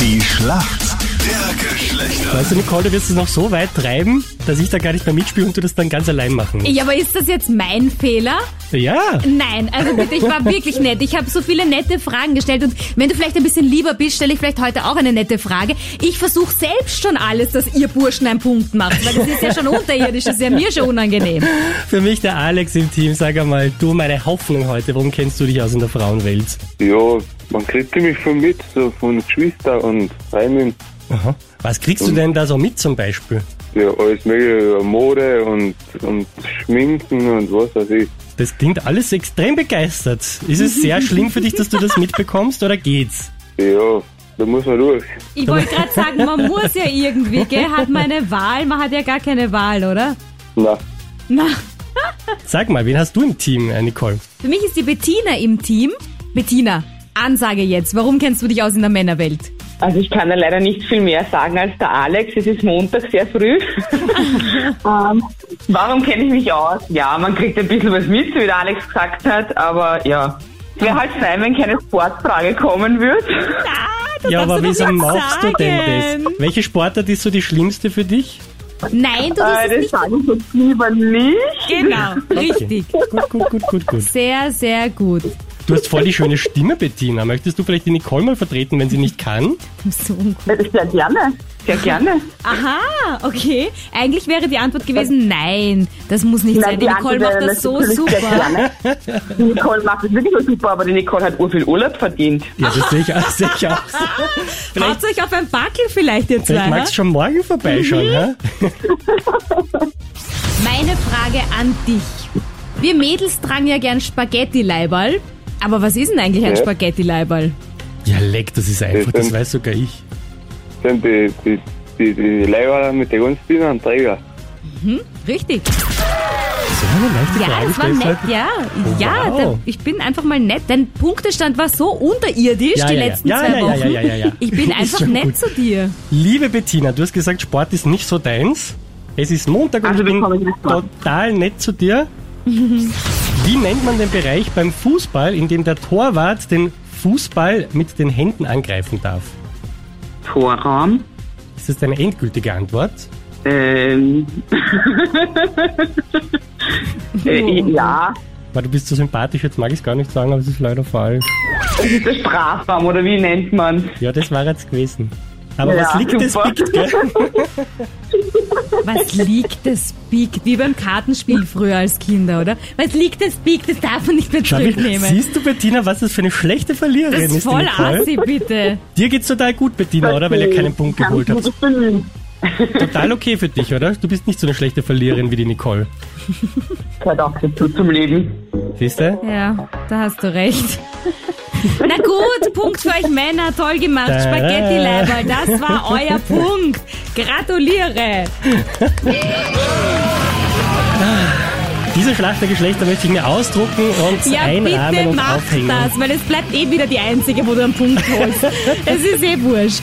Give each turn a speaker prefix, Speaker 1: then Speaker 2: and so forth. Speaker 1: Die Schlacht der Geschlechter.
Speaker 2: Weißt du, Nicole, du wirst es noch so weit treiben, dass ich da gar nicht mehr mitspiele und du das dann ganz allein machen musst.
Speaker 3: Ja, aber ist das jetzt mein Fehler?
Speaker 2: Ja,
Speaker 3: Nein, also bitte, ich war wirklich nett. Ich habe so viele nette Fragen gestellt und wenn du vielleicht ein bisschen lieber bist, stelle ich vielleicht heute auch eine nette Frage. Ich versuche selbst schon alles, dass ihr Burschen einen Punkt macht, weil das ist ja schon unterirdisch, das ist ja mir schon unangenehm.
Speaker 2: für mich der Alex im Team. Sag einmal, du meine Hoffnung heute. Warum kennst du dich aus in der Frauenwelt?
Speaker 4: Ja, man kriegt ziemlich viel mit, so von Geschwister und Reimen.
Speaker 2: Aha. Was kriegst du denn da so mit zum Beispiel?
Speaker 4: Ja, alles mögliche, Mode und, und Schminken und was weiß ich.
Speaker 2: Das klingt alles extrem begeistert. Ist es sehr schlimm für dich, dass du das mitbekommst oder geht's?
Speaker 4: Ja, da muss man durch.
Speaker 3: Ich wollte gerade sagen, man muss ja irgendwie, gell? Hat man eine Wahl? Man hat ja gar keine Wahl, oder?
Speaker 4: Na,
Speaker 3: Na,
Speaker 2: Sag mal, wen hast du im Team, äh, Nicole?
Speaker 3: für mich ist die Bettina im Team. Bettina, Ansage jetzt. Warum kennst du dich aus in der Männerwelt?
Speaker 5: Also ich kann ja leider nicht viel mehr sagen als der Alex. Es ist Montag sehr früh. ähm, warum kenne ich mich aus? Ja, man kriegt ein bisschen was mit, wie der Alex gesagt hat, aber ja. Es Wäre halt fein, wenn keine Sportfrage kommen würde.
Speaker 3: Ah, das
Speaker 2: ja,
Speaker 3: darfst
Speaker 2: aber
Speaker 3: du doch
Speaker 2: wieso
Speaker 3: nicht
Speaker 2: machst du denn
Speaker 3: sagen.
Speaker 2: das? Welche Sportart ist so die schlimmste für dich?
Speaker 3: Nein, du
Speaker 5: Äh,
Speaker 3: darfst es
Speaker 5: das
Speaker 3: nicht.
Speaker 5: sage ich jetzt lieber nicht.
Speaker 3: Genau, richtig.
Speaker 2: Gut, gut, gut, gut, gut.
Speaker 3: Sehr, sehr gut.
Speaker 2: Du hast voll die schöne Stimme, Bettina. Möchtest du vielleicht die Nicole mal vertreten, wenn sie nicht kann?
Speaker 3: So uncool.
Speaker 5: Sehr gerne. Sehr gerne.
Speaker 3: Aha, okay. Eigentlich wäre die Antwort gewesen, nein, das muss nicht sein. Die
Speaker 5: die
Speaker 3: Nicole
Speaker 5: andere
Speaker 3: macht das so
Speaker 5: natürlich sehr
Speaker 3: super.
Speaker 5: gerne. Die Nicole macht das wirklich super, aber die Nicole hat urviel Urlaub verdient.
Speaker 2: Ja, das sehe ich auch. Sehe ich auch. so.
Speaker 3: Haut euch auf ein Backel vielleicht, ihr zwei.
Speaker 2: Vielleicht
Speaker 3: ha?
Speaker 2: magst du schon morgen vorbeischauen,
Speaker 3: Mhm.
Speaker 2: hä?
Speaker 3: Meine Frage an dich. Wir Mädels tragen ja gern Spaghetti-Leiberl. Aber was ist denn eigentlich ein
Speaker 4: Ja.
Speaker 3: Spaghetti-Leiberl?
Speaker 2: Ja, leck, das ist einfach, das weiß sogar ich.
Speaker 4: dann die, die, die, die Leiber mit den ganzen Diener und Träger.
Speaker 3: Richtig.
Speaker 2: So eine leichte
Speaker 3: Ja,
Speaker 2: Frage
Speaker 3: das war
Speaker 2: stellst du
Speaker 3: nett,
Speaker 2: heute.
Speaker 3: ja. Ja,
Speaker 2: Wow.
Speaker 3: da, ich bin einfach mal nett. Dein Punktestand war so unterirdisch
Speaker 2: Ja,
Speaker 3: die
Speaker 2: ja, ja.
Speaker 3: letzten
Speaker 2: Ja,
Speaker 3: zwei
Speaker 2: ja, ja,
Speaker 3: Wochen.
Speaker 2: ja, ja, ja.
Speaker 3: Ich bin
Speaker 2: Ist
Speaker 3: einfach
Speaker 2: schon
Speaker 3: nett
Speaker 2: gut.
Speaker 3: zu dir.
Speaker 2: Liebe Bettina, du hast gesagt, Sport ist nicht so deins. Es ist Montag und
Speaker 5: Also
Speaker 2: ich bin
Speaker 5: bekomme ich nicht Sport.
Speaker 2: total nett zu dir. Wie nennt man den Bereich beim Fußball, in dem der Torwart den Fußball mit den Händen angreifen darf?
Speaker 5: Vorraum.
Speaker 2: Ist das deine endgültige Antwort?
Speaker 5: Ähm. äh, ja,
Speaker 2: Weil du bist so sympathisch, jetzt mag ich es gar nicht sagen, aber es ist leider falsch.
Speaker 5: das ist der Strafraum, oder wie nennt man
Speaker 2: Ja, das war jetzt gewesen. Aber
Speaker 5: Ja,
Speaker 2: was liegt, das
Speaker 5: super.
Speaker 2: liegt, gell?
Speaker 3: Was liegt, das biegt. Wie beim Kartenspiel früher als Kinder, oder? Was liegt, das biegt. Das darf man nicht mehr
Speaker 2: Schau, wie-
Speaker 3: zurücknehmen.
Speaker 2: Siehst du, Bettina, was das für eine schlechte Verliererin
Speaker 3: Das
Speaker 2: ist? die
Speaker 3: ist voll
Speaker 2: Nicole?
Speaker 3: assi, bitte.
Speaker 2: Dir geht's total gut, Bettina, oder? Weil ihr keinen Punkt geholt habt. Total okay für dich, oder? Du bist nicht so eine schlechte Verliererin wie die Nicole.
Speaker 5: Gehört auch dazu zum Leben.
Speaker 2: Siehst du?
Speaker 3: Ja, da hast du recht. Na gut, Punkt für euch Männer. Toll gemacht.
Speaker 2: Da.
Speaker 3: Spaghetti-Leiberl, das war euer Punkt. Gratuliere.
Speaker 2: Diese Schlacht der Geschlechter möchte ich mir ausdrucken und
Speaker 3: Ja,
Speaker 2: einrahmen
Speaker 3: bitte
Speaker 2: und
Speaker 3: mach
Speaker 2: aufhängen.
Speaker 3: das, weil es bleibt eh wieder die einzige, wo du einen Punkt holst. es ist eh wurscht.